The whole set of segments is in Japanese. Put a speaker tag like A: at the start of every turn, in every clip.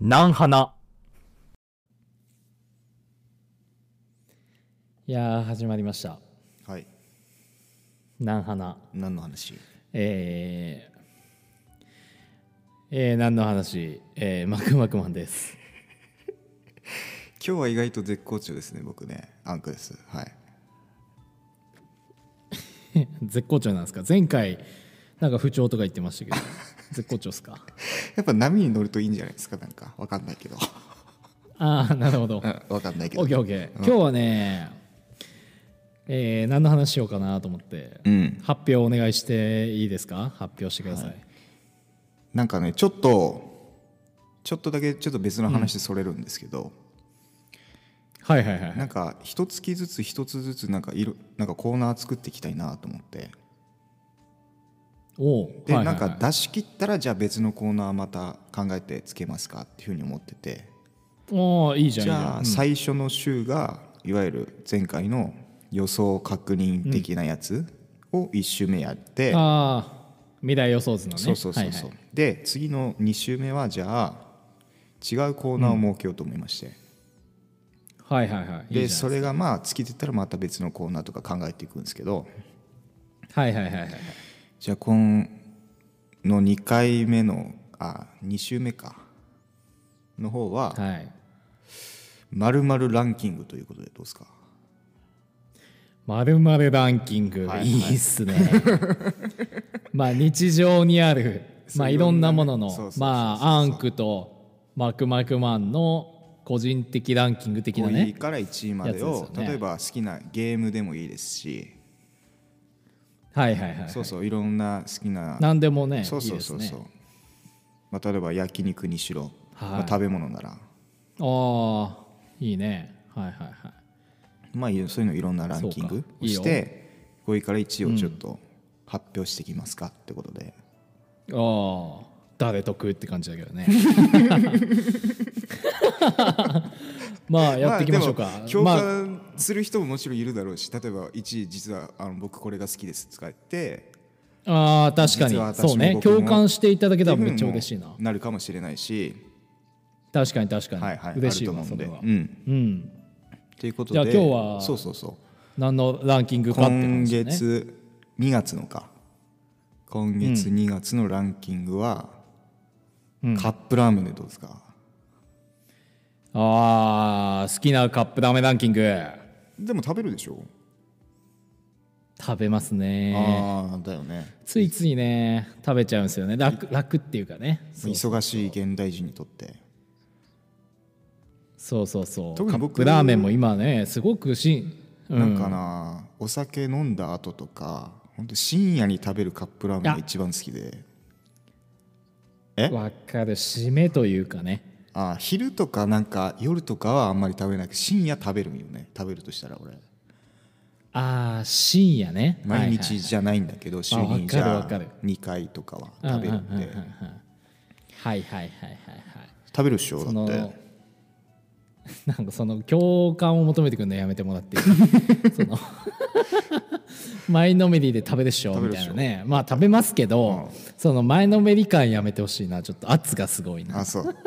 A: 南花。
B: いやー始まりました
C: はい
B: 南花
C: 何の話
B: えー、えー、何の話えー、マクマクマンです
C: 今日は意外と絶好調ですね僕ねアンクですはい
B: 絶好調なんですか前回なんか不調とか言ってましたけど絶好調ですか
C: やっぱ波に乗るといいんじゃないですかなんかわかんないけど
B: ああなるほど
C: わかんないけど
B: OKOK 今日はねえー、何の話しようかなと思って、
C: うん
B: 発表お願いしていいですか発表してください、
C: なんかねちょっとちょっとだけちょっと別の話それるんですけど、
B: はい、はいはいはい
C: なんか一月ずつ一つずつなんかいろなんかコーナー作っていきたいなと思って
B: おう
C: で、
B: はいはいはい
C: なんか出し切ったらじゃあ別のコーナーまた考えてつけますかっていうふうに思ってて
B: おーいいじゃん
C: じ
B: いいじ
C: ゃ
B: ゃん
C: あ最初の週がいわゆる前回の予想確認的なやつを1週目やって、
B: ああ未来予想図のね
C: そうそうそうそ
B: はいは
C: う、
B: い
C: で次の2週目はじゃあ違うコーナーを設けようと思いまして、
B: はいはいはいいい
C: で
B: じゃ
C: そ
B: ん
C: れがまあ尽きてたらまた別のコーナーとか考えていくんですけど
B: はいはいはいはいはい
C: じゃあ今の2回目のあ2週目かの方は
B: はい
C: 「まるランキング」ということでどうですか
B: まるまるランキング、、
C: はいい
B: いっすね まあ日常にあるまあいろんなもの
C: そうそう
B: の
C: そうそう
B: まあアンクとマクマクマンの個人的ランキング的な
C: 5位
B: ね
C: から1位まで
B: やつ
C: を
B: ですよね
C: 例えば好きなゲームでもいいですし
B: はいはいはい、はい、
C: そうそういろんな好きな
B: 何でもね
C: そうそうそう
B: いい
C: そ
B: で
C: う
B: すね
C: まあ例えば焼肉にしろ
B: はい
C: まあ食べ物なら
B: ああいいねはいはいはい
C: まあいろそういうのいろんなランキン
B: そう
C: グ
B: か
C: をして5位から1位をちょっと発表してきますかってことで
B: ああ誰得って感じだけどねまあやっていきましょうか、
C: あでも共
B: まあ
C: 感する人ももちろんいるだろうし例えば1位実はあの僕これが好きですとか言って
B: あー確
C: 実
B: か
C: は
B: に
C: 私も
B: そうね
C: 僕も
B: 共感していただけたら
C: っていう
B: めっ
C: ふうに
B: ちゃ
C: も
B: 嬉しいな
C: なるかもしれないし
B: 確かに確かに、
C: はいはい
B: 嬉しい
C: ある
B: わ
C: と
B: そ
C: 思うんで
B: れ
C: う
B: は、
C: ん
B: うん、
C: ということ
B: じゃあ
C: で
B: 今日は
C: そうそうそう
B: 何のランキングかって
C: 今
B: 感じね
C: 月2月のか今月2月のランキングは、カップラーメンでどうですか
B: あー好きなカップラーメンランキング
C: でも食べるでしょ、
B: 食べますね
C: ああだよね
B: ついついね食べちゃうんですよね楽楽っていうかねそう
C: 忙しい現代人にとって
B: そうそうそう
C: 特
B: カ
C: に
B: ッ
C: 僕
B: プラーメンも今ねすごくしん、う
C: なんかなお酒飲んだ後とか本当深夜に食べるカップラーメンが一番好きでえ
B: わかる締めというかね
C: あー昼とかなんか夜とかはあんまり食べなく深夜食べるんよね食べるとしたら俺
B: ああ深夜ね
C: 毎日じゃないんだけど週
B: あわかる
C: にじゃ
B: わ
C: あ
B: かる
C: 2回とかは
B: はい
C: 食べるん
B: はい
C: で
B: はいはいはいはいはいはい
C: 食べるっしょ
B: そ
C: だっ
B: の
C: て
B: なんかその共感を求めてくるのやめてもらってい いその前のめりで食べるっしょ
C: 食べ
B: み
C: るった
B: い
C: しょ
B: なねまあ食べますけど、その前のめり感やめてほしいなちょっと圧がすごいな
C: あそう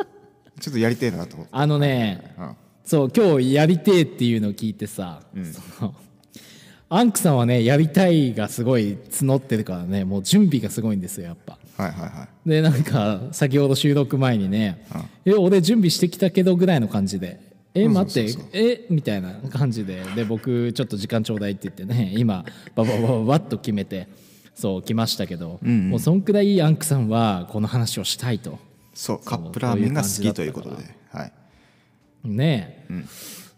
C: ちょっとやりてえなと思って
B: あのね、
C: うん
B: そう今日やりてえっていうのを聞いてさ、そのアンクさんはねやりたいがすごい募ってるからねもう準備がすごいんですよやっぱ
C: はいはいはい
B: でなんか先ほど収録前にね「え俺準備してきたけど」ぐらいの感じで「え
C: うん
B: 待って
C: そうそう
B: えみたいな感じでで僕ちょっと時間ちょうだいって言ってね今バババババッと決めてそう来ましたけど、もうそんくらいアンクさんはこの話をしたいと
C: そうカップラーメンが好き
B: こ
C: と
B: うい
C: いうう
B: 感
C: こ
B: じだ
C: と
B: った
C: ではい
B: ねえ、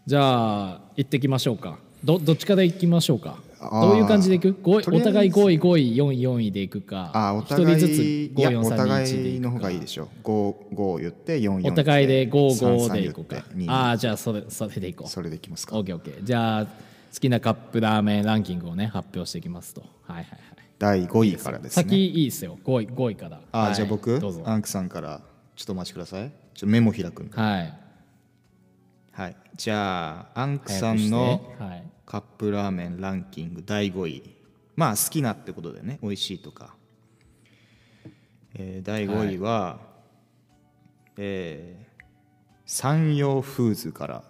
B: じゃあ行ってきましょうかどどっちから行きましょうか
C: あー
B: どういう感じでいくごい
C: とりあ
B: お
C: えず
B: 互い5位5位4位4位でいくか
C: あお
B: 一
C: 互い
B: 人ずつ
C: いや
B: 5 4 3 2 1
C: お
B: で
C: 互い
B: い
C: の方
B: く
C: が
B: か
C: いいでしょ55言って
B: お
C: 44
B: 互いで
C: 言
B: 55
C: って
B: でいこうか
C: 33言って
B: ああじゃあそれそれでいこ
C: 22
B: う
C: それでいきますか
B: OKOK じゃあ好きなカップラーメンランキングをね発表していきますとはいはいはい
C: 第5位からです
B: 先
C: ね
B: いいですよ5位5位から
C: あ
B: は
C: ー
B: い
C: じゃあ僕
B: どうぞ
C: アンクさんからちょっとお待ちくださいちょっとメモ開くんで
B: はい
C: はいじゃあアンクさんの
B: 早くしてはい
C: カップラーメンランキング第5位まあ好きなってことでね美味しいとか、えー第5位は、えー山陽フーズから、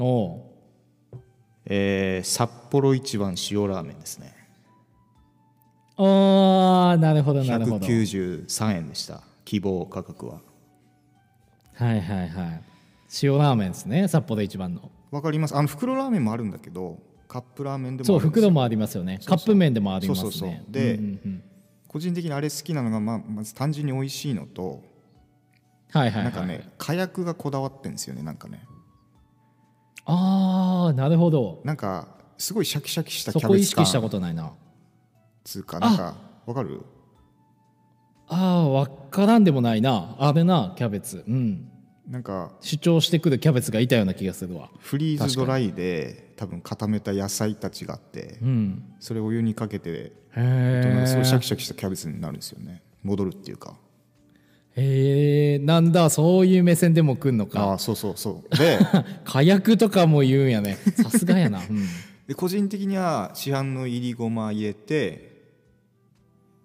B: おお
C: えー札幌一番塩ラーメンですね
B: うあーなるほどなるほどはい
C: 193円でした希望価格は
B: はいはい塩ラーメンですね札幌で一番の
C: わかりますあの袋ラーメンもあるんだけどカップラーメンでも
B: そう
C: あるんです
B: 袋もありますよねカップ麺でもあります
C: そ
B: ね
C: うそうそう
B: ん
C: で
B: うんうん
C: 個人的にあれ好きなのが、まあ、まず単純に美味しいのと
B: はいはい、は、
C: ないんかね火薬がこだわってんですよねなんかね
B: ああなるほど
C: なんかすごいシャキシャキした
B: そ
C: キャ
B: こ
C: ベ
B: 意
C: ツ
B: 識
C: 感
B: したことないな
C: つうかなんかわかる
B: ああ分からんでもないなあれなキャベツうん
C: なんか
B: 主張してくるキャベツがいたような気がするわ
C: フリーズドライで多分固めた野菜たちがあって
B: うん
C: それをお湯にかけてなん
B: へ
C: かすごいシャキシャキしたキャベツになるんですよね戻るっていうか
B: えなんだそういう目線でも来んの
C: あ
B: か
C: あそうそうそ うで
B: 火薬とかも言うんや ねさすがやな、うん
C: で個人的には市販のいりごま入れて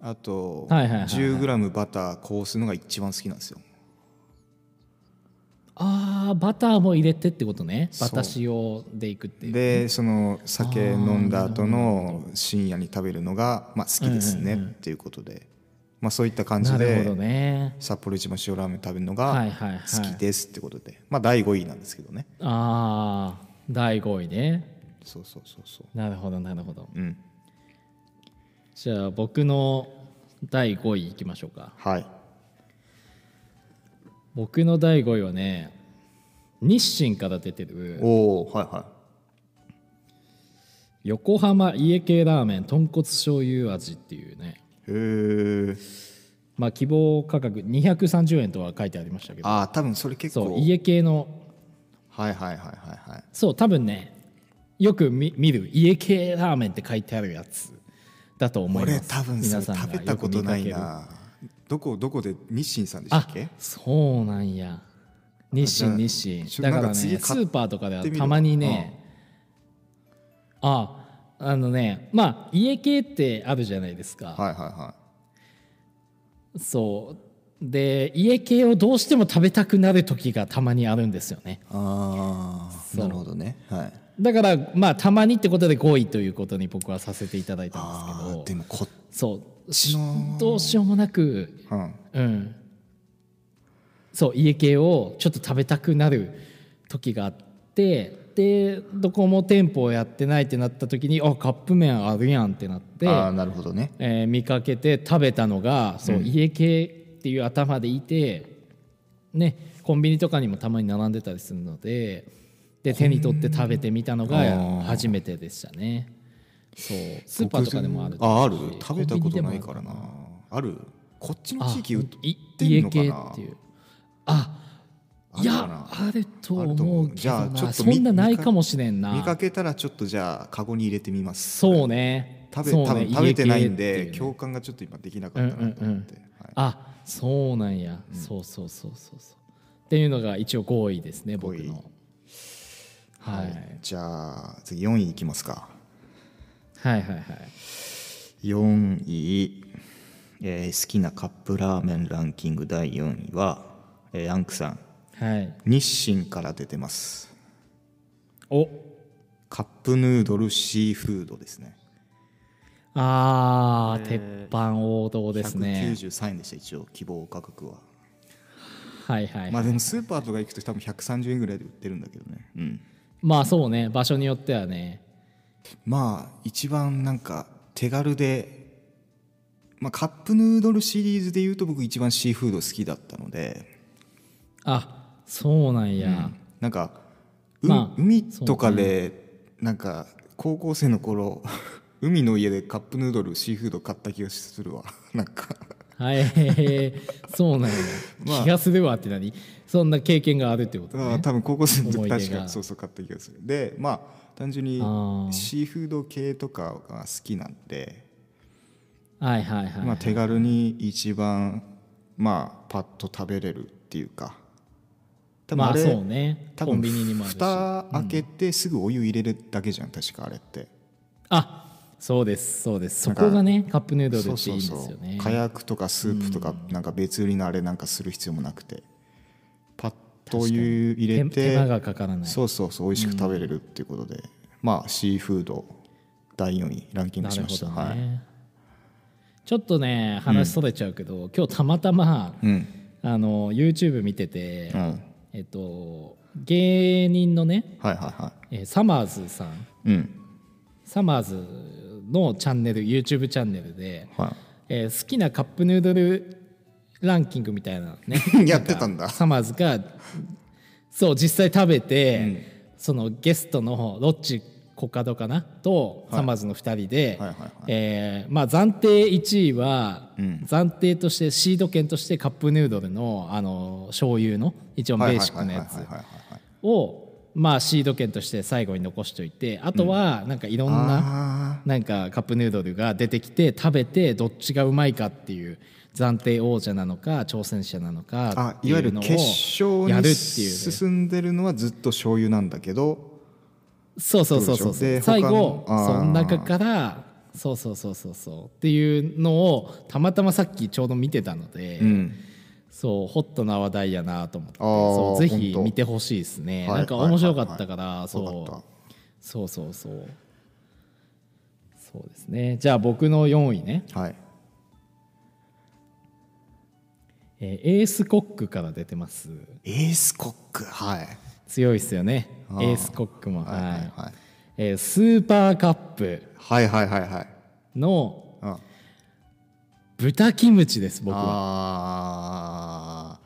C: あと
B: はいはいはいはい
C: 10g バターこうするのが一番好きなんですよ
B: あーバターも入れてってことね
C: そ
B: バ
C: う
B: タ塩でいくっていう
C: でその酒飲んだ後の深夜に食べるのが、まあ、好きですねっていうことで、まあ、そういった感じ
B: なる
C: で、
B: ほどね
C: 札幌一番塩ラーメン食べる
B: は
C: の
B: い
C: が
B: はいはい
C: 好きですってことで、まあ第5位なんですけどね
B: ああ第5位ね
C: そうそうそうそ
B: なるほどなるほど
C: ううん
B: じゃあ僕の第5位いきましょうか
C: はい
B: 僕の第5位はね日清から出てる
C: おおはいは
B: 横浜家系ラーメン豚骨醤油味っていうね
C: いへえ
B: まあ希望価格230円とは書いてありましたけど
C: ああ多分それ結
B: そ
C: 構
B: う家系の
C: はいはいはいはいはい
B: そう多分ねよく見見る家系ラーメンって書いてあるやつだと思います
C: 俺多分それ
B: 皆さんが
C: 食べたことないなどこどこで日清さんでした
B: あ
C: っけ
B: そうなんや日清日
C: ち
B: 清
C: ょ
B: だか
C: なん
B: ら
C: か
B: ねス
C: 次買っ
B: ーパーとかでは
C: てみるわ
B: たまにねああのねまあ家系ってあるじゃないですか、
C: はいはいは
B: そうで家系をどうしても食べたくなる時がたまにあるんですよね
C: いああ
B: う
C: なるほどねはい
B: だからまあたまにってことで5位ということに僕はさせていただいたんですけ
C: あ
B: ど
C: ーでもこっ
B: そう
C: ちの
B: どうしようもなく
C: うん
B: うん、そう家系をちょっと食べたくなる時があってでどこも店舗をやってないってなった時にあカップ麺あるやんってなって、
C: ああなるほどね
B: えー見かけて食べたのがそう、家系っていう頭でいて、ね、コンビニとかにもたまに並んでたりするのでで手に取って食べてみたの
C: あー
B: が初めてでしたね。そうスーパーとかでもある
C: あある
B: し
C: 食べたことないからなあるこっちの地域売ってんのか
B: あ家系
C: な
B: っていうあ
C: ある
B: い
C: か
B: や
C: な
B: あると
C: あると思
B: 思
C: う
B: うけど
C: じゃあ
B: な
C: ちょっと
B: そ
C: 見
B: んなないかもしれん
C: 見
B: な
C: かけたらちょっとじゃあカゴに入れてみます
B: そうね
C: 食べ
B: そうね
C: 多分食べてないん
B: 家系っ
C: で
B: ていうね
C: 共感がちょっと今できなかったなと思ってはい
B: あそうなんや、そうそうそうそうそうっていうのが一応5位ですね僕
C: 五位
B: のはい、
C: じゃあ次4位いきますか
B: はいはいはい
C: 4位、えー好きなカップラーメンランキング第4位は、えーアンクさん
B: はい
C: 日清から出てます
B: お
C: カップヌードルシーフードですね
B: あー、鉄板王道ですね
C: 193円でした一応希望価格は
B: はいはい、
C: まあでもスーパーとか行くと多分130円ぐらいで売ってるんだけどねうん
B: まあそうね場所によってはね
C: まあ一番なんか手軽で、まあ、カップヌードルシリーズでいうと僕一番シーフード好きだったので、
B: あそうなんや、
C: なんか、う
B: まあ
C: 海とかで、なんか高校生の頃 海の家でカップヌードルシーフード買った気がするわ なんか
B: はい、 そうなんや、
C: まあ
B: 気がするわって何そんな経験があるってこと
C: あ
B: ね
C: ー多分高校生の
B: 思
C: 時
B: い出が
C: 確かそうそう買った気がするでまあ単純に
B: あー
C: シーフード系とかが好きなんで
B: はいはいはい、
C: まあ、手軽に一番まあパッと食べれるっていうか多分
B: ま
C: あ
B: あ
C: れ
B: そうね
C: 多
B: コ
C: 分
B: ンビニにもあるし
C: 蓋開けてすぐお湯入れるだけじゃん確かあれって
B: あそうですそうですそこがねカップヌードルっていいんですよね
C: 火薬とかスープとかなんか別売りのあれなんかする必要もなくて灯油入れて
B: 手手間がかからない
C: そうそうそう美味しく食べれるっていうことで、まあシーフード第4位ランキン
B: な
C: グし
B: る
C: ま
B: ほ
C: した、
B: どね、
C: はい、
B: ちょっとね話それちゃうけど、今日たまたま、
C: うん
B: あの YouTube 見てて、
C: うんはい
B: えっと芸人のね、
C: はいは
B: えーサマーズさん
C: いうん
B: サマーズのチャンネル YouTube チャンネルで、
C: は
B: えー好きなカップヌードルランキングみたいなの ね
C: やってたんだ
B: サマーズがそう実際食べて、そのゲストのロッチコカドかなと、サマーズの2人で、
C: はいはいはい
B: えーまあ、暫定1位は、暫定としてシード権としてカップヌードルのあの醤油の一番ベ
C: はい
B: ー
C: はい
B: シッ
C: は
B: ク
C: い
B: な
C: はい
B: や
C: は
B: つ
C: いはいはいはい
B: を、まあ、シード権として最後に残しておいてあとはなんかいろんな、
C: あ
B: なんかカップヌードルが出てきて食べてどっちがうまいかっていう暫定王者なのか挑戦者なのか
C: ーあ
B: って
C: いわ
B: い
C: ゆ
B: う
C: る
B: のを
C: 決勝
B: やるっ
C: に
B: ていうね、
C: 進んでるのはずっと醤油なんだけど
B: そうそうそうそうそう
C: で
B: 最
C: 他
B: 後
C: の
B: そ
C: あー
B: の中からそうそうそうそうそうっていうのをたまたまさっきちょうど見てたので、
C: うん
B: そうホットな話題やなと思って
C: あー
B: そうぜひ
C: ほんと
B: 見てほしいですね、
C: はい
B: なんか面白かったから、
C: よかっ
B: そ
C: た
B: うそうそうそうそうですねじゃあ僕の4位ね、
C: はい
B: えーエースコックから出てます
C: エースコックはい
B: 強いっすよね
C: あー
B: エースコックもはい、
C: はいはい
B: えースーパーカップ
C: はいはいはいはいはい
B: の
C: うん
B: 豚キムチです僕は
C: あ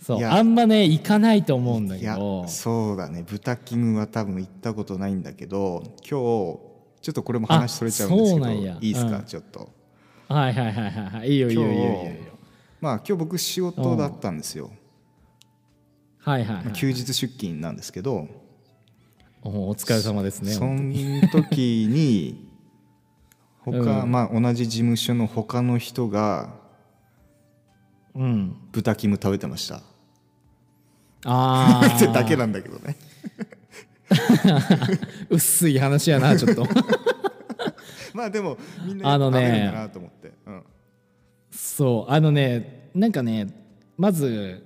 B: そう
C: いや
B: あんまね行かないと思うんだ
C: ーい
B: け
C: や
B: ど
C: そうだね豚キムは多分行ったことないんだけど今日ちょっとこれも話それちゃうんです
B: あそう
C: け
B: な
C: ど
B: んや
C: いいですか、
B: うん
C: ちょっと
B: はいはいはいはいはいいいよいいよいいよいいよいいよ
C: まあ今日僕仕事だったんですよ、
B: はいはい、は
C: まあ
B: い、
C: 休日出勤なんですけど、
B: おお疲れ様ですね
C: その時に他、
B: う
C: まあ同じ事務所の他の人が
B: うん
C: 豚キム食べてました
B: あ
C: っ
B: あ
C: てだけなんだけどね
B: 薄い話やなちょっと
C: まあでもみんな
B: あの
C: 食
B: ね
C: べるんだなと思って、うん
B: そうあのねなんかねまず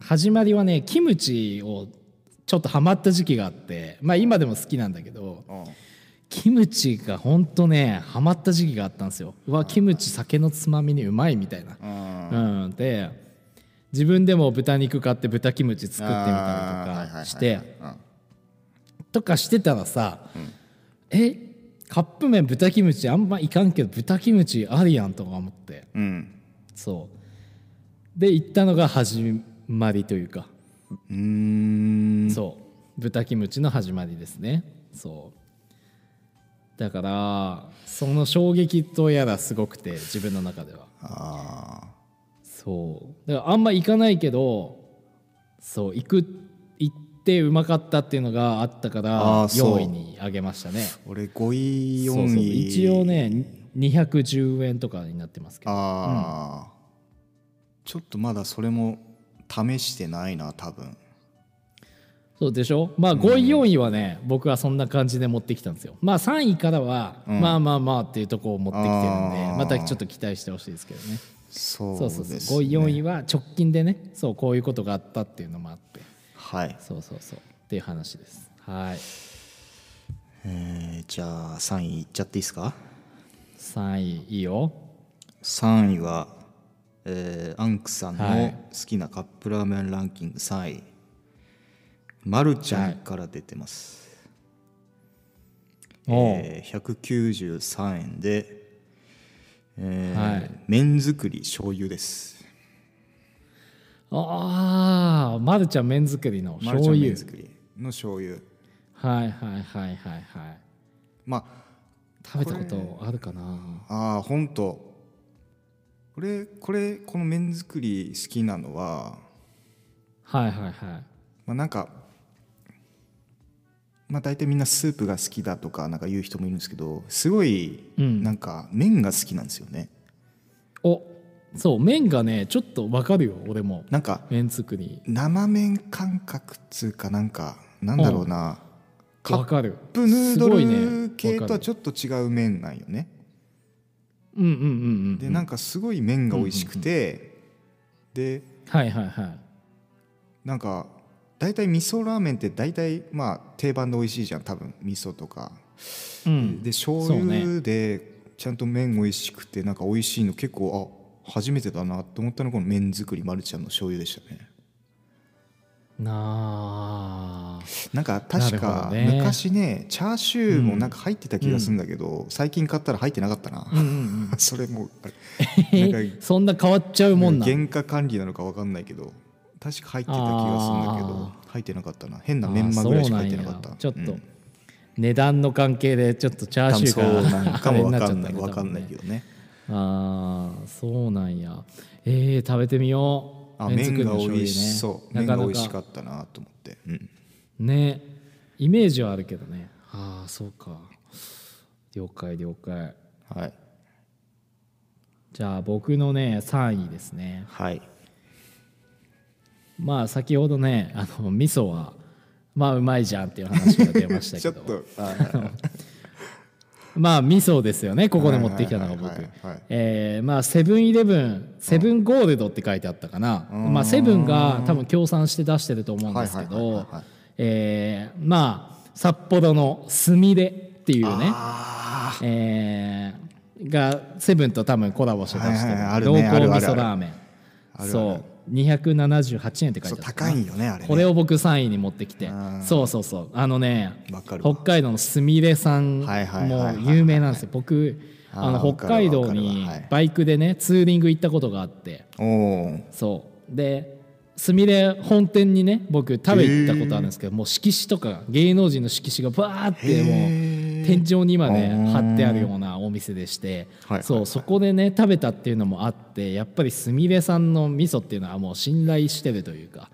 B: 始まりはねキムチをちょっとハマった時期があってまあ今でも好きなんだけど
C: うん
B: キムチがほんとねハマった時期があったんですようわキムチ酒のつまみにうまいみたいな
C: うん
B: うん、で自分でも豚肉買って豚キムチ作ってみたりとかし
C: あーはい
B: て
C: はいはいはい
B: とかしてたらさ、えカップ麺豚キムチあんまいかんけど豚キムチあるやんとか思って
C: うんうん
B: そうで行ったのが始まりというか、
C: うーん
B: そう豚キムチの始まりですねそうだからその衝撃とやらすごくて自分の中では
C: あ
B: そうだからあんま行かないけどそう行く行ってうまかったっていうのがあったから
C: あーそう
B: 4位に上げましたね
C: ー俺5位4位
B: そうそう一応ね210円とかになってますけど
C: ああ、ちょっとまだそれも試してないな多分
B: そうでしょまあ5位4位はね、僕はそんな感じで持ってきたんですよまあ3位からは、
C: うん
B: まあまあまあっていうとこを持ってきてるん
C: あ
B: で
C: ー
B: またちょっと期待してほしいですけどね
C: そう
B: そ
C: で
B: う
C: す
B: そう
C: ね
B: そう5位4位は直近でねそうこういうことがあったっていうのもあって
C: はい、
B: そうそうそうっていう話ですはい
C: えーじゃあ3位いっちゃっていいですか
B: 3位いいよ
C: 3位は、えーアンクさんの
B: は
C: 好
B: い
C: きなカップラーメンランキング3位、まるちゃんから出てます、
B: おう
C: えー193円で、えー
B: はい
C: 麺作り醤油です
B: ああ、まるちゃん麺作りの
C: まる
B: 醤
C: ちゃん
B: 油
C: 麺。作りの醤油
B: はいはいはいはいはい。
C: ま
B: 食べたことあるかな。
C: ああーほんと俺これこの麺作り好きなのは
B: はいはいはい。
C: まあ、なんか、まあ、大体みんなスープが好きだとかなんか言う人もいるんですけどすごい
B: うん
C: なんか麺が好きなんですよね、
B: お、そう麺がねちょっとわかるよ俺も。
C: なんか
B: 麺作り。
C: 生麺感覚っつうかなんかなんだろうな、カ
B: わ
C: ッ
B: かる。
C: プヌード
B: すごい
C: ル
B: ね
C: 系と
B: わ
C: は
B: かる
C: ちょっと違う麺なんよね
B: うんうんうんう
C: で
B: ん。
C: なんかすごい麺が美味しくて、で
B: はいはいはい。
C: なんか大体味噌ラーメンって大体まあ定番で美味しいじゃん多分味噌とか
B: うん
C: で醤
B: そうね
C: 油でちゃんと麺美味しくてなんか美味しいの結構あ初めてだなと思ったのがこの麺作りまるちゃんの醤油でしたね
B: なあ
C: なんか確
B: なる
C: か
B: ほどね
C: 昔ねチャーシューもなんか入ってた気がするんだけど、最近買ったら入ってなかったな、
B: うん
C: それも あれ
B: うん
C: な
B: うんんそんな変わっちゃうもんな
C: 原価管理なのか分かんないけど確か入ってた気がするんだけど入ってなかったな変なメンマぐらいしか入ってなかった
B: あーそうなんやちょっと、
C: うん
B: 値段の関係でちょっとチャー
C: 多
B: シ
C: 分
B: ュ
C: そう
B: ーが
C: なんかも分かんない
B: あれ
C: 分かんない
B: にっちゃったね多分ね
C: けどね
B: ああそうなんやえー、食べてみよう
C: あ麺
B: 作り
C: が
B: の
C: 美
B: 醤油ね
C: 味しそう
B: な
C: 麺
B: か
C: が
B: な
C: 美
B: か
C: 味しかったなと思ってうん
B: ねイメージはあるけどねああそうか了解了解
C: はい
B: じゃあ僕のね3位ですね
C: はい
B: まあ先ほどねあの味噌はまあうまいじゃんっていう話が出ました
C: ちょ
B: け
C: っ
B: ど
C: とあ
B: まあ味噌ですよねここで持ってきたのが
C: はいはい
B: 僕
C: はいはい
B: えーまあセブンイレブンセブンゴールドって書いてあったかな、
C: うん
B: まあセブンが多分協賛して出してると思うんですけ
C: はいはいはい
B: ど
C: はいはい
B: えーまあ札幌のすみれっていうね
C: あ
B: えーがセブンと多分コラボして出して
C: はいはいはいあ
B: る
C: る
B: 濃
C: ね
B: 厚味
C: あるあるあ
B: 噌
C: る
B: ラーメン
C: あるある
B: そう278円って書いてあ
C: そう
B: った
C: 高いんよねあれね
B: これを僕3位に持ってきて
C: うん
B: そうそうそうあのね
C: わかるわ
B: 北海道のすみれさん
C: はいはいはいはい
B: も
C: はいう
B: 有名なんですよ僕
C: あー
B: あの
C: わ
B: 北
C: かるわ
B: 海道
C: わか
B: に
C: るわはい
B: バイクでねツーリング行ったことがあって
C: おお
B: そうですみれ本店にね僕食べ行ったことあるんですけどもう色紙とか芸能人の色紙がバーってもう
C: へー
B: 天井にまで
C: あー
B: 貼ってあるようなお店でして
C: はいはい
B: そ
C: は
B: う
C: い
B: そこでね食べたっていうのもあってやっぱりすみれさんの味噌っていうのはもう信頼してるというか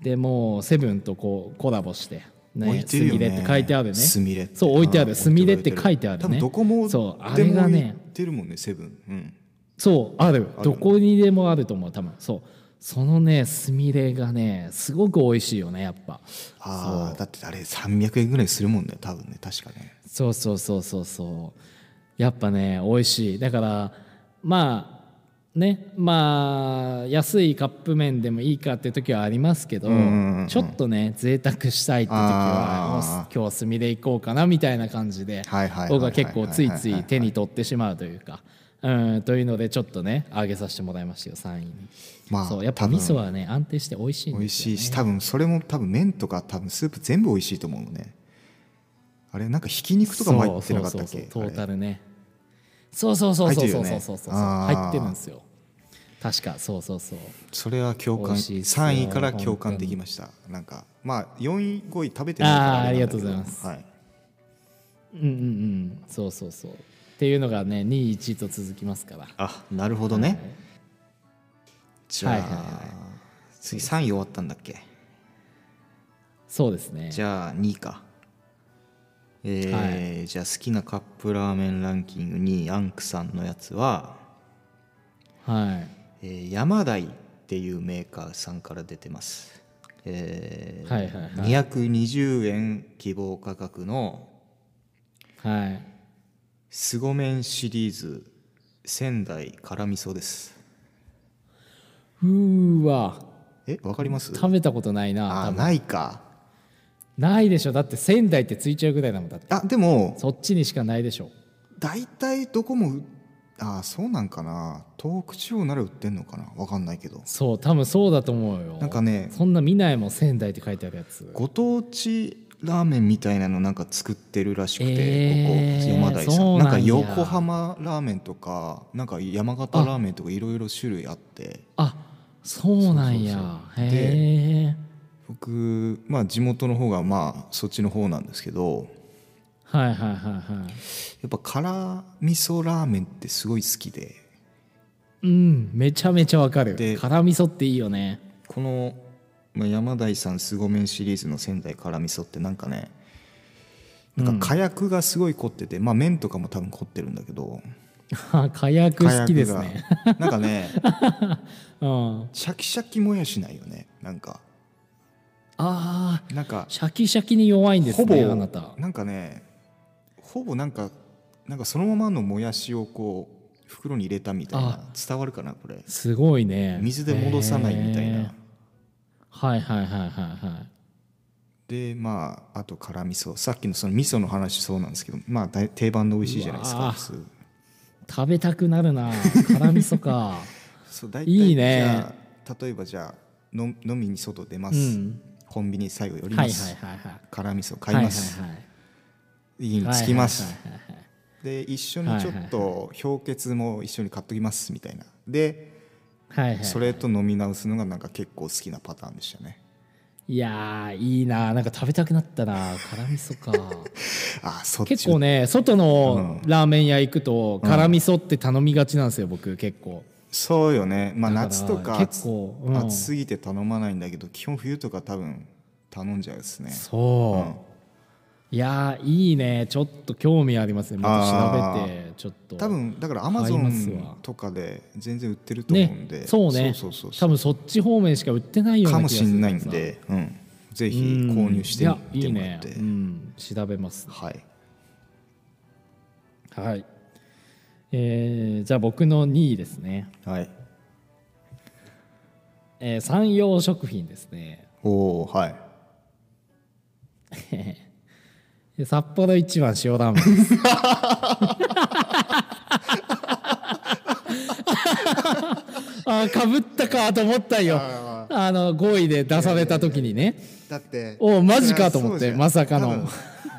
B: でもうセブンとこうコラボして。
C: 置いてる
B: す
C: よね
B: みれって書いてあるね
C: すみれって
B: そう置いてある
C: ん
B: すみれって書いてあるね
C: 多分どこも
B: そうあ
C: で
B: れ
C: も
B: が
C: 置
B: ね
C: いてるもんねセブンうん
B: そうある
C: ある
B: どこにでもあると思う多分そうそのねすみれがねすごく美味しいよねやっぱ
C: ああだってあれ300円ぐらいするもんね多分ね確かね
B: そうそうそうそうそうやっぱね美味しいだからまあねまあ安いカップ麺でもいいかっていう時はありますけど、
C: うんうんうんうん
B: ちょっとね贅沢したいって時は
C: あー
B: もうす今日すみれ行こうかなみたいな感じで
C: はいはいはいはいはいはい
B: 僕は結構ついつい手に取ってしまうというか。うんというのでちょっとね上げさせてもらいましたよ3位に、
C: まあ
B: そうやっぱ
C: 多分
B: 味噌はね安定して美味しいん
C: 美味
B: ですよ、
C: し
B: ね、
C: いし多分それも多分麺とか多分スープ全部美味しいと思うのねあれなんかひき肉とかも入ってなかったっ
B: そうそう
C: け
B: そうトータ
C: あれ
B: ルねそうそうそうそうそう
C: 入ってるよ
B: そう
C: ね
B: そうそう
C: あー
B: 入ってるんですよ確かそうそうそう
C: それは共
B: 美
C: 感
B: 味しいっすよ
C: 3位から共感できましたなんかまあ4位5位食べて
B: あー
C: れなんだけど
B: ありがとうございます
C: はい
B: うんうんうんそうそうそうっていうのがね2 1と続きますから
C: あなるほどね、じゃあ、
B: はいはいはい
C: 次3位終わったんだっけ
B: そうですね
C: じゃあ2位かえーじゃあ好きなカップラーメンランキング2位アンクさんのやつは、
B: はい
C: えー、山台っていうメーカーさんから出てます、えー
B: はいはいはい
C: 220円希望価格の
B: はい
C: 凄麺シリーズ仙台辛味噌です
B: うーわ
C: えわかります
B: 食べたことないな
C: あ
B: 多分
C: ないか
B: ないでしょだって仙台ってついちゃうぐらいなもんだって
C: あでも
B: そっちにしかないでしょ
C: 大体どこもうああそうなんかな東北地方なら売ってんのかなわかんないけど
B: そう多分そうだと思うよ
C: なんかね
B: そんな見ないもん仙台って書いてあるやつ
C: ご当地ラーメンみたいなのなんか作ってるらしくて、
B: えー
C: ここ山台さ
B: そ
C: ん
B: うな
C: な
B: んん
C: か
B: や
C: 横浜ラーメンとかなんか山形ラーメンとかいろいろ種類あって
B: あそうなんや
C: そうそうそう
B: へえ
C: 僕まあ地元の方がまあそっちの方なんですけど
B: はいはいはいはい
C: やっぱ辛味噌ラーメンってすごい好きで
B: うんめちゃめちゃわかる
C: で
B: 辛味噌っていいよね
C: この、まあ、山台さん凄麺シリーズの仙台辛味噌ってなんかねなんか火薬がすごい凝ってて、まあ麺とかも多分凝ってるんだけど
B: あ火薬好きですね
C: 火薬がなんかね
B: うん
C: シャキシャキもやしないよねなんか
B: あ
C: なんか
B: ーシャキシャキに弱いんです
C: ほぼ
B: ねあなた
C: なんかねほぼなんかなんかそのままのもやしをこう袋に入れたみたいな伝わるかなこれ
B: すごいね
C: 水で戻さないみたい
B: へー
C: な
B: はいはいはいはいはい
C: でまああと辛味噌さっきのその味噌の話そうなんですけどまあ大定番で美味しいじゃないです
B: うわー
C: か普通
B: 食べたくなるな辛味噌 か
C: そう大
B: いいね
C: じゃあ例えばじゃあの飲みに外出ます、
B: うん
C: コンビニ最後寄り
B: は
C: ま
B: い
C: す、
B: はいはいはい
C: 辛味噌買います、
B: はいはいはい
C: 家に着きます、
B: はいはいはいはい
C: で一緒にちょっと氷結も一緒に買っときますみたいなで
B: はいはい
C: それと飲み直すのがなんか結構好きなパターンでしたね
B: いやーいいななんか食べたくなったな辛味噌か
C: あそっち
B: 結構ね外のラーメン屋行くと辛味噌って頼みがちなんですよ僕結構
C: そうよねまあ
B: だから
C: 夏とか
B: 結構うん
C: 暑すぎて頼まないんだけど基本冬とか多分頼んじゃうですね
B: そう、
C: うん
B: いやーいいねちょっと興味ありますねまた調べてちょっと
C: 多分だからアマ
B: 買
C: ゾ
B: いますわ
C: ンとかで全然売ってると思うんで、
B: ねそうね
C: そうそうそ
B: 多
C: う
B: 分そっち方面しか売ってないよう
C: か
B: な気がす
C: もし
B: る
C: んないんで、うん、ぜひ購入してみてもらって
B: うんいやいいね、うん、調べます
C: はい
B: はいえーじゃあ僕の2位ですね、
C: はい
B: えー、産業食品ですね
C: おおはい
B: で札幌一番塩ラーメンです あーかぶったかと思ったよあの5位で出された時にね
C: だって
B: おうマジかと思って
C: そりゃそうじゃん
B: まさかの
C: 多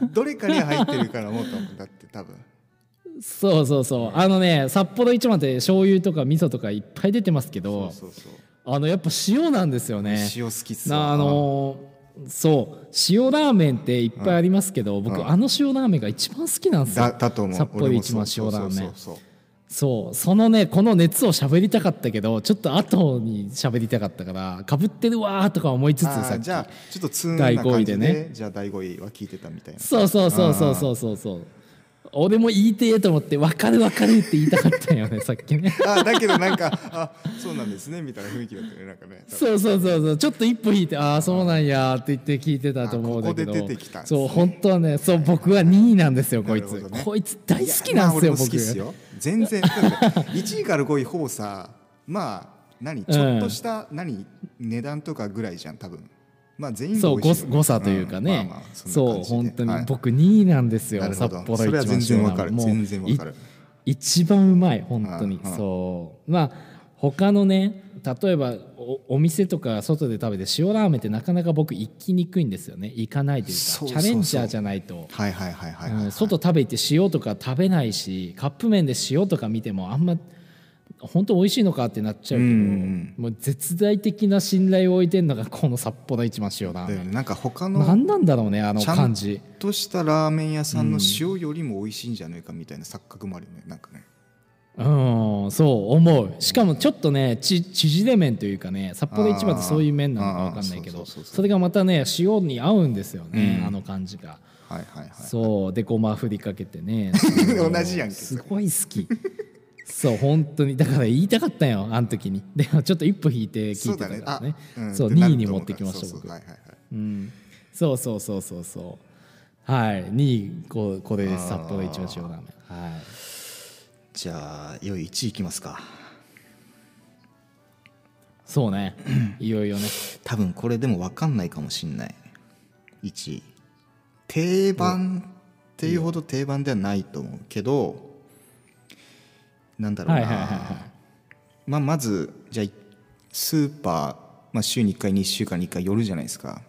C: 分どれかに入ってるからもうと思うだって 多分
B: そうそうそうあのね札幌一番って醤油とか味噌とかいっぱい出てますけ
C: そ
B: ど
C: うそうそう
B: あのやっぱ塩なんですよね
C: 塩好きっすわ
B: なあのーそう塩ラーメンっていっぱいありますけど、僕、
C: うん
B: あの塩ラーメンが一番好きなんですよ
C: だだと思う
B: 札幌
C: 俺も
B: 一
C: そう
B: 番塩ラーメン
C: そうそうそう
B: そうそのねこの熱を喋りたかったけどちょっと後に喋りたかったからかぶってるわーとか思いつつ
C: あ
B: さ
C: ー
B: っき
C: じゃあちょっとツーン
B: 第
C: な
B: 五位
C: 感
B: で
C: じで
B: ね
C: じゃあ第5位は聞いてたみたいな
B: そうそうそうそうそうそうそう俺も言いてえと思って分かる分かるって言いたかったよ ねさっきね
C: あーだけどなんかあそうなんですねみたいな雰囲気だったよねなん かね
B: そうそうそうそうちょっと一歩引いてああそうなんやーって言って聞いてたと思うんだけど
C: あここで出てきたんですね
B: そう本当はねそう僕は2位なんですよこい
C: な
B: つ、
C: るほどね
B: こいつ大好きなんですよ
C: いやまあ俺も好きっす
B: 僕
C: よ全然1位から5位ほぼさまあ何ちょっとした何値段とかぐらいじゃん多分まあ全員
B: そう
C: 美味
B: 誤
C: しいよね
B: 誤差というかね、
C: んまあまあんな
B: そう
C: 感じで
B: 本当に、
C: はい
B: 僕2位なんですよ
C: なるほ
B: 札
C: ど
B: 幌一
C: それは全
B: 番
C: 然
B: 塩
C: わ
B: ラー
C: か
B: メ
C: る
B: ンもう
C: 全然わかる
B: い一番うまい本当に
C: うんうん
B: そうまあ他のね例えばおお店とか外で食べて塩ラーメンってなかなか僕行きにくいんですよね行かないというか
C: そう
B: チ
C: そうそう
B: ャレンジャーじゃないと
C: はいはいはいはいはい、
B: うん外食べて塩とか食べないしカップ麺で塩とか見てもあんま本当美味しいのかってなっちゃうけど、
C: うんうん
B: もう絶大的な信頼を置いてるのがこの札幌一番塩ラー
C: だ
B: メ
C: よ
B: ン、
C: ねなんか他の
B: 何なんだろうねあの
C: ちゃん
B: 感じ
C: としたラーメン屋さんの塩よりも美味しいんじゃないかみたいな錯覚もあるよねなんかね
B: うんそう思うしかもちょっとねち縮れ麺というかね札幌一番ってそういう麺なのか分かんないけ
C: あーあ
B: ど
C: ーそうそうそうそう
B: それがまたね塩に合うんですよね、
C: うん
B: あの感じが。
C: はいはいはい
B: そうでごま振りかけてね
C: 同じやんけ
B: すごい好きそう本当にだから言いたかったよあの時にでもちょっと一歩引いて聞
C: そ
B: いうて
C: だ
B: た
C: ね
B: から
C: あ
B: ね
C: ん
B: そう
C: てな
B: 2
C: る
B: 位に
C: と
B: 持
C: 思う
B: ってきました
C: からそう
B: 僕
C: そうはいはいはい
B: うんそうそうそうそうそうはい2位こうこれです
C: あー
B: 札幌一番塩ラーメンはい
C: じゃあ良い1位いきますか
B: そう ねいよいよね
C: 多分これでも分かんないかもしんない1位定番っていうほど定番ではないと思うけどなんだろう
B: はいはいはいは
C: なまあまずじゃあスーパー、まあ、週に1回2週間に1回寄るじゃないですか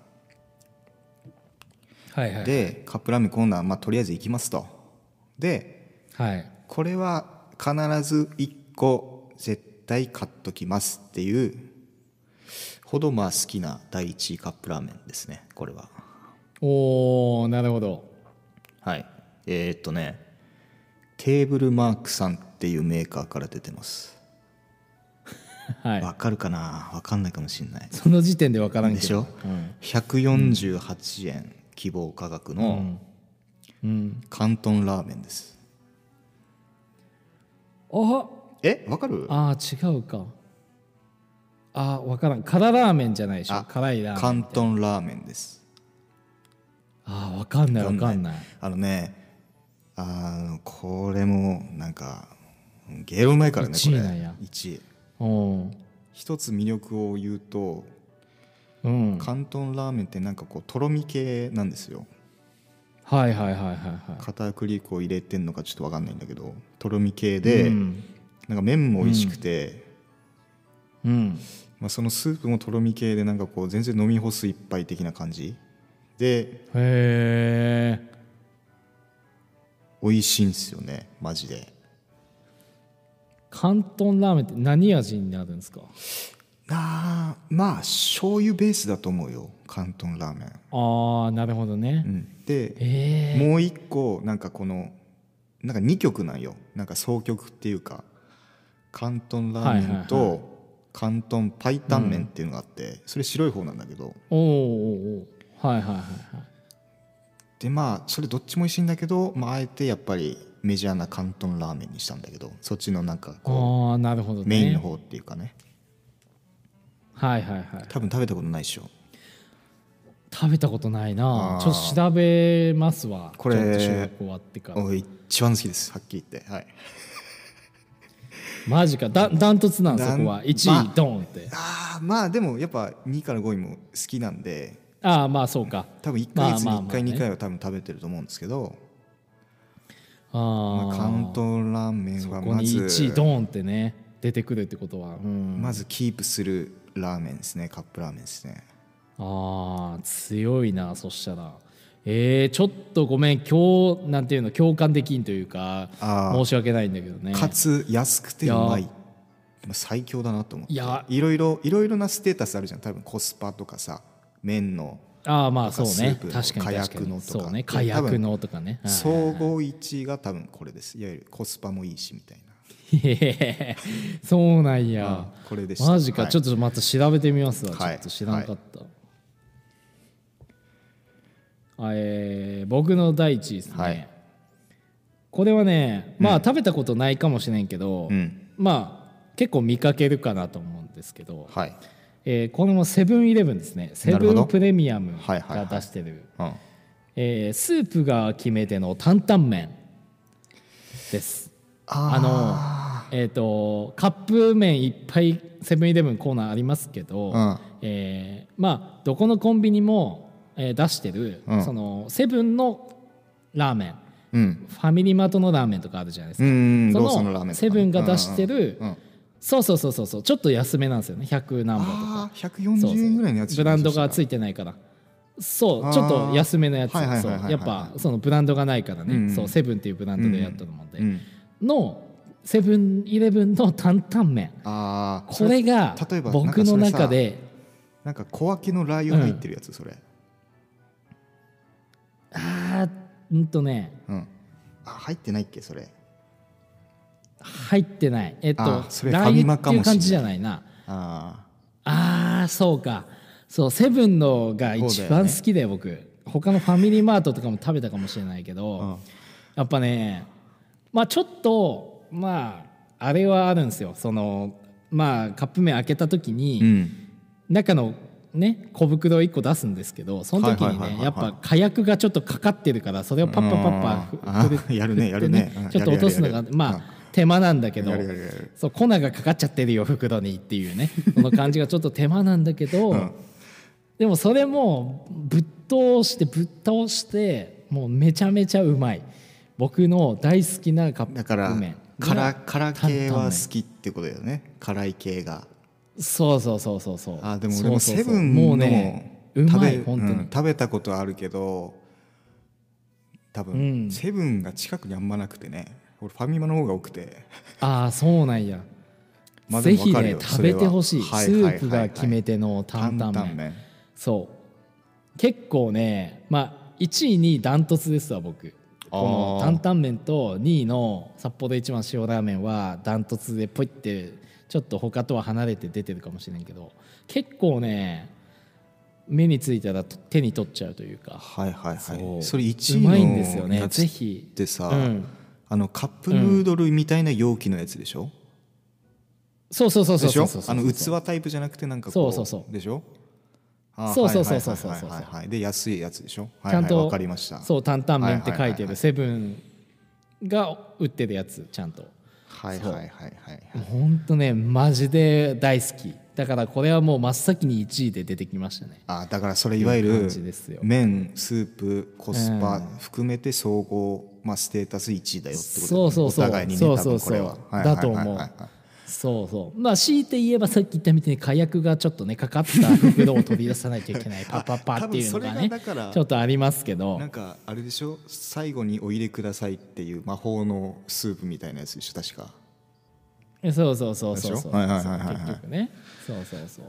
B: はいはい
C: でカップラーメンコーナー、まあ、とりあえず行きますとで
B: はい
C: これは必ず1個絶対買っときますっていうほどまあ好きな第1位カップラーメンですねこれは
B: おーなるほど
C: はいえーっとねテーブルマークさんっていうメーカーから出てます
B: はい
C: わかるかなわかんないかもしんない
B: その時点で分からんけど
C: でしょ、
B: うん
C: 148円希望価格の
B: うん
C: 広東ラーメンです、
B: あ
C: えわかる
B: ああ違うかああ分からん辛ラーメンじゃないでしょ
C: あ
B: 辛いラーメン
C: 広東ラーメンです
B: ああ分かんない分かんない
C: あのねあのこれもなんかうんゲーム前からねこ
B: 一位
C: れ
B: なんや
C: 1位
B: うん
C: 一つ魅力を言うと
B: うん
C: 広東ラーメンってなんかこうとろみ系なんですよ
B: はいはいはいはいはい
C: 片栗粉を入れてんのかちょっと分かんないんだけどとろみ系で、
B: うん
C: なんか麺も美味しくて、
B: うん
C: まあ、そのスープもとろみ系でなんかこう全然飲み干す一杯的な感じで
B: へえ
C: 美味しいんですよねマジで
B: 広東ラーメンって何味になるんですか
C: あーまあ醤油ベースだと思うよ広東ラーメン、
B: ああなるほどね、
C: うん、で
B: ええ
C: もう一個なんかこのなんか2曲なんよなんか双曲っていうか広東ラーメ
B: は
C: ン
B: いはいは
C: と広東白湯麺っていうのがあって、それ白い方なんだけど
B: おおおはいはいはいはい
C: でまあそれどっちも美味しいんだけど、まあ、あえてやっぱりメジャーな広東ラーメンにしたんだけどそっちのなんかこ
B: ああなるほど
C: う
B: ね
C: メインの方っていうかね
B: はいはいはい
C: 多分食べたことないでしょ
B: 食べたことないな
C: あー
B: ちょっと調べますわ
C: これ
B: ちょっと収録終わってから
C: おい一番好きですはっきり言ってはい
B: マジかだダントツなんそ
C: ダン
B: こは1
C: ま
B: 位ドンって
C: あーまあでもやっぱ2位から5位も好きなんで
B: ああまあそうか
C: 多分1ヶ月に
B: まあまあ
C: 1
B: まあ
C: 回
B: ね
C: 2回は多分食べてると思うんですけど、ま
B: あ
C: あ
B: あ
C: 関東ラーメン
B: こ
C: は
B: こ
C: ま
B: に
C: ず
B: 1位ドンってね出てくるってことは、うん、
C: まずキープするラーメンですねカップラーメンですね
B: あー強いなそしたらえー、ちょっとごめん今日なんていうの共感できんというか
C: あー
B: 申し訳ないんだけどね
C: かつ安くてうまい
B: いや
C: まあ最強だなと思って
B: いや
C: いろいろいろいろなステータスあるじゃん多分コスパとかさ麺の
B: ああまあそう
C: ス
B: ね
C: ープの
B: 確かに
C: 火
B: 確
C: 薬
B: かに
C: のとか
B: そうね
C: 多分
B: 火薬のとかねはいはい
C: 総合1位が多分これですいわゆるコスパもいいしみたいな
B: へへへ そうなんや、
C: うんこれでした
B: マジか、
C: はい
B: ちょっとまた調べてみますわ、
C: はい
B: ちょっと知らなかった、あえー僕の第一位ですね、
C: はい
B: これはねまあ、食べたことないかもしれんけど、
C: うん
B: まあ結構見かけるかなと思うんですけど、
C: はい、
B: えーこれもセブンイレブンですねセ
C: なるほ
B: ブ
C: ど
B: ンプレミアム
C: はいはいは
B: が
C: い
B: 出してる、
C: うん、
B: えースープが決め手の担々麺ですあのえっ、とカップ麺いっぱいセブンイレブンコーナーありますけど、
C: うん
B: えーまあどこのコンビニも、えー出してる、
C: うん
B: そのセブンのラーメン
C: うん
B: ファミリーマートのラーメンとかあるじゃないです
C: う
B: か、
C: ん
B: そ
C: ローソンのラーメン
B: のセブンが出してる、
C: うんうんうん
B: そうそうそうそうそうちょっと安めなんですよね100何本とか
C: ああ
B: そう
C: 140
B: そう
C: 円ぐらいのやつ
B: ブランドがつ
C: い
B: いてないからそ
C: あ
B: う
C: ー
B: ちょっと安めのやつ
C: はいはいはい
B: そう
C: はいはい
B: やっぱそのブランドがないからね、
C: うんうん
B: そうセブンっていうブランドでやったと思うんで、
C: うん、
B: のセブンイレブンの担々麺
C: ああ
B: これが
C: 例えばなんか
B: 僕
C: そ
B: の
C: れさ
B: 中で
C: なんか小分けのラー油入ってるやつそれ
B: あーうんとね
C: うんあ入ってないっけそれ
B: 入ってないえっと
C: あーそれ
B: ラー
C: ファミ
B: 油
C: マ
B: って
C: か
B: い
C: も
B: う
C: しれない
B: 感じじゃないな
C: あ
B: あーそうかそうセブンのが一番好きで僕、他のファミリーマートとかも食べたかもしれないけど、
C: あ、うん、
B: やっぱねまあちょっとまああれはあるんですよそのまあカップ麺開けた時に、
C: うん、
B: 中のね小袋1個出すんですけどその時に
C: はいはいはいはいは
B: ね
C: い
B: やっぱ火薬がちょっとかかってるからそれをパッパパッパ
C: あー
B: ふ
C: あー
B: ふ
C: やる
B: 振
C: ね
B: っ
C: や
B: て
C: るねうん
B: ちょっと落とすの
C: や
B: が
C: るやるやる
B: まあ手間なんだけど
C: やるやるやる
B: そう粉がかかっちゃってるよ袋にっていうねその感じがちょっと手間なんだけど、
C: ん
B: でもそれもぶっ通してぶっ倒してもうめちゃめちゃうまい僕の大好きなカップ麺
C: だから辛
B: が
C: 辛系は
B: 担々麺
C: 好きってことだよね辛い系が
B: そうそうそうそうそう
C: あでも
B: そう
C: 俺も
B: そう
C: セ
B: そう
C: ブンの
B: もうねうまい
C: 食べ
B: 本当に、
C: うん食べたことあるけど多分、
B: うん
C: セブンが近くにあんまなくてね俺ファミマの方が多くて
B: ああそうなんや、
C: まあで
B: ぜ
C: も
B: ひ
C: わかる
B: ね
C: よ
B: 食べてほしい、
C: それは
B: ス
C: はいはいはいはい
B: ープが決め手の担々麺
C: 麺
B: そう結構ねまあ1位2位ダントツですわ僕
C: あー
B: この担々麺と2位の札幌一番塩ラーメンはダントツでポイってちょっと他とは離れて出てるかもしれんけど結構ね目についたら手に取っちゃうというか
C: はいはいはい
B: そう
C: それ1位
B: うまいんですよ
C: の
B: ね
C: やつ
B: ぜ
C: っ
B: ひ
C: てさ、
B: うん
C: あのカップヌードルみたいな容器のやつでしょ、
B: そうそうそうそ
C: で
B: う
C: しょ
B: そうそうそう
C: あの器タイプじゃなくてなんかこう
B: そうそうそう
C: でしょあー
B: そうそう
C: はいはい
B: そうそうそうそう
C: はいはいはいで安いやつでしょはい
B: ちゃんと、
C: はいわかりました
B: そう担々麺って書い
C: はいはい
B: て
C: はいは
B: る
C: い
B: セブンが売ってるやつちゃんと
C: はいはいはいはい
B: 本当ねマジで大好きだからこれはもう真っ先に1位で出てきましたね
C: あだからそれいわゆ
B: いう
C: る
B: 感じですよ
C: 麺スープコスパ
B: うん
C: 含めて総合、まあ、ステータス1位だよってことですね
B: そうそうそう
C: お互いにね
B: そう
C: 多
B: そう
C: 分
B: そ
C: こ
B: う
C: れははい
B: だと思う
C: はいはいはいはい
B: そうそうまあ強いて言えばさっき言ったみたいに火薬がちょっとねかかった袋を飛び出さなきゃいけ ないパッパッパっていうのがね
C: 多分それがだから
B: ちょっとありますけど
C: なんかあれでしょ最後にお入れくださいっていう魔法のスープみたいなやつでしょ確か
B: そうそうそうそう
C: でし
B: そう
C: ょはいはいはいはいは
B: そう
C: い
B: 結局ねそうそうそう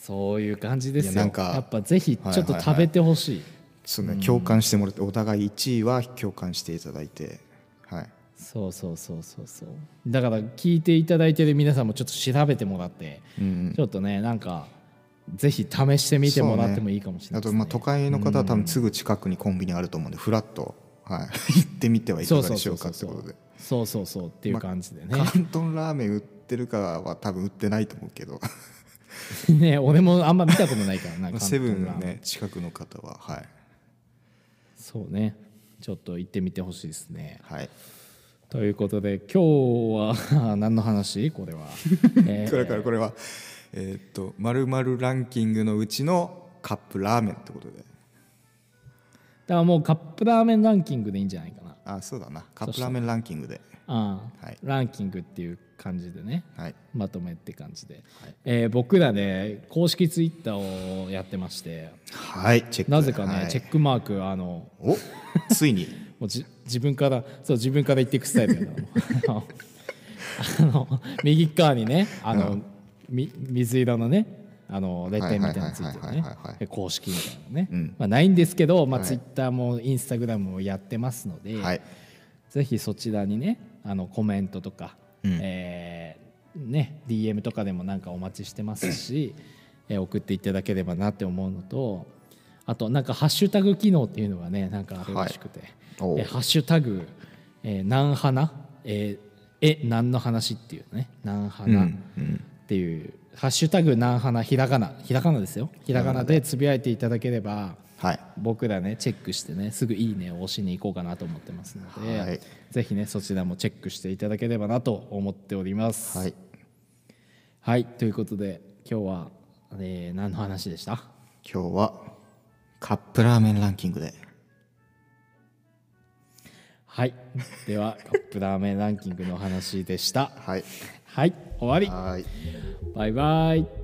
B: そういう感じですよ
C: いやなんか
B: やっぱぜひちょっと
C: はいはいはい
B: 食べてほしい,、
C: そうね共感してもらってお互い1位は共感していただいてはい
B: そうそうそうそうそうだから聞いていただいてる皆さんもちょっと調べてもらって、ちょっとねなんかぜひ試してみてもらってもいいかもしれない
C: あ
B: で
C: と
B: すね
C: まあ都会の方は多分すぐ近くにコンビニあると思うんでフラッと、はい、 行ってみてはいか
B: そう
C: が
B: そ
C: で
B: う
C: し
B: そ
C: ょ
B: う
C: うか
B: そう
C: ってことで
B: そうそうそうっていう感じでね、
C: 関東ラーメン売ってるかは多分売ってないと思う けど
B: ね俺もあんま見たことないからな
C: セブ
B: 関
C: ンの
B: 東が
C: ね近くの方ははい
B: そうねちょっと行ってみてほしいですね
C: はい
B: ということで今日は何の話これは、 えー
C: これからこれはえーっとまるランキングのうちのカップラーメンってことで
B: だからもうカップラーメンランキングでいいんじゃないかな
C: あそうだなカップラーメンランキングで
B: ああ、
C: はい
B: ランキングっていう感じでね
C: はい
B: まとめって感じで、えー僕らね公式ツイッターをやってまして
C: はいチェック
B: なぜかね、
C: はい
B: チェックマークあの
C: おついに
B: もうじ自分からそう自分から言っていくスタイルだから あの右側にねあの、み水色のねあのレッテンみたいなのついてる
C: はいはいはいはい
B: ね
C: はいはい
B: で公式みたいなのね、
C: うん
B: まあ、ないんですけど、まあ
C: はい
B: ツイッターもインスタグラムもやってますので、
C: はい
B: ぜひそちらにねあのコメントとか、
C: うん
B: えーね、DM とかでもなんかお待ちしてますし、えー送っていただければなって思うのとあとなんかハッシュタグ機能っていうのがねなんかあるらしくて、
C: おう
B: えーハッシュタグ「えー、なんはな」えーえなんの話」っていうね「なんはな」っていう、ハッシュタグなんはなひらがなひらがなですよひらがなでつぶやいていただければ
C: はい
B: 僕らねチェックしてねすぐ「いいね」を押しに行こうかなと思ってますので、
C: はい
B: ぜひねそちらもチェックしていただければなと思っております。
C: はい
B: はいということで今日は、えー何の話でした
C: 今日はカップラーメンランキングで
B: はいではカップラーメンランキングのお話でした。
C: はい
B: はい終わり
C: はい
B: バイバイ